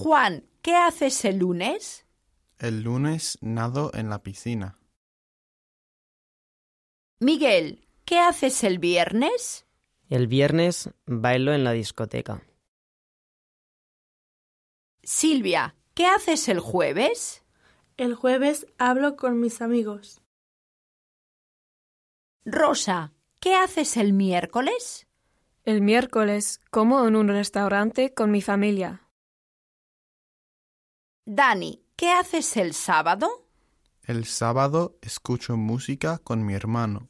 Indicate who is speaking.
Speaker 1: Juan, ¿qué haces el lunes?
Speaker 2: El lunes nado en la piscina.
Speaker 1: Miguel, ¿qué haces el viernes?
Speaker 3: El viernes bailo en la discoteca.
Speaker 1: Silvia, ¿qué haces el jueves?
Speaker 4: El jueves hablo con mis amigos.
Speaker 1: Rosa, ¿qué haces el miércoles?
Speaker 5: El miércoles como en un restaurante con mi familia.
Speaker 1: Dani, ¿qué haces el sábado?
Speaker 2: El sábado escucho música con mi hermano.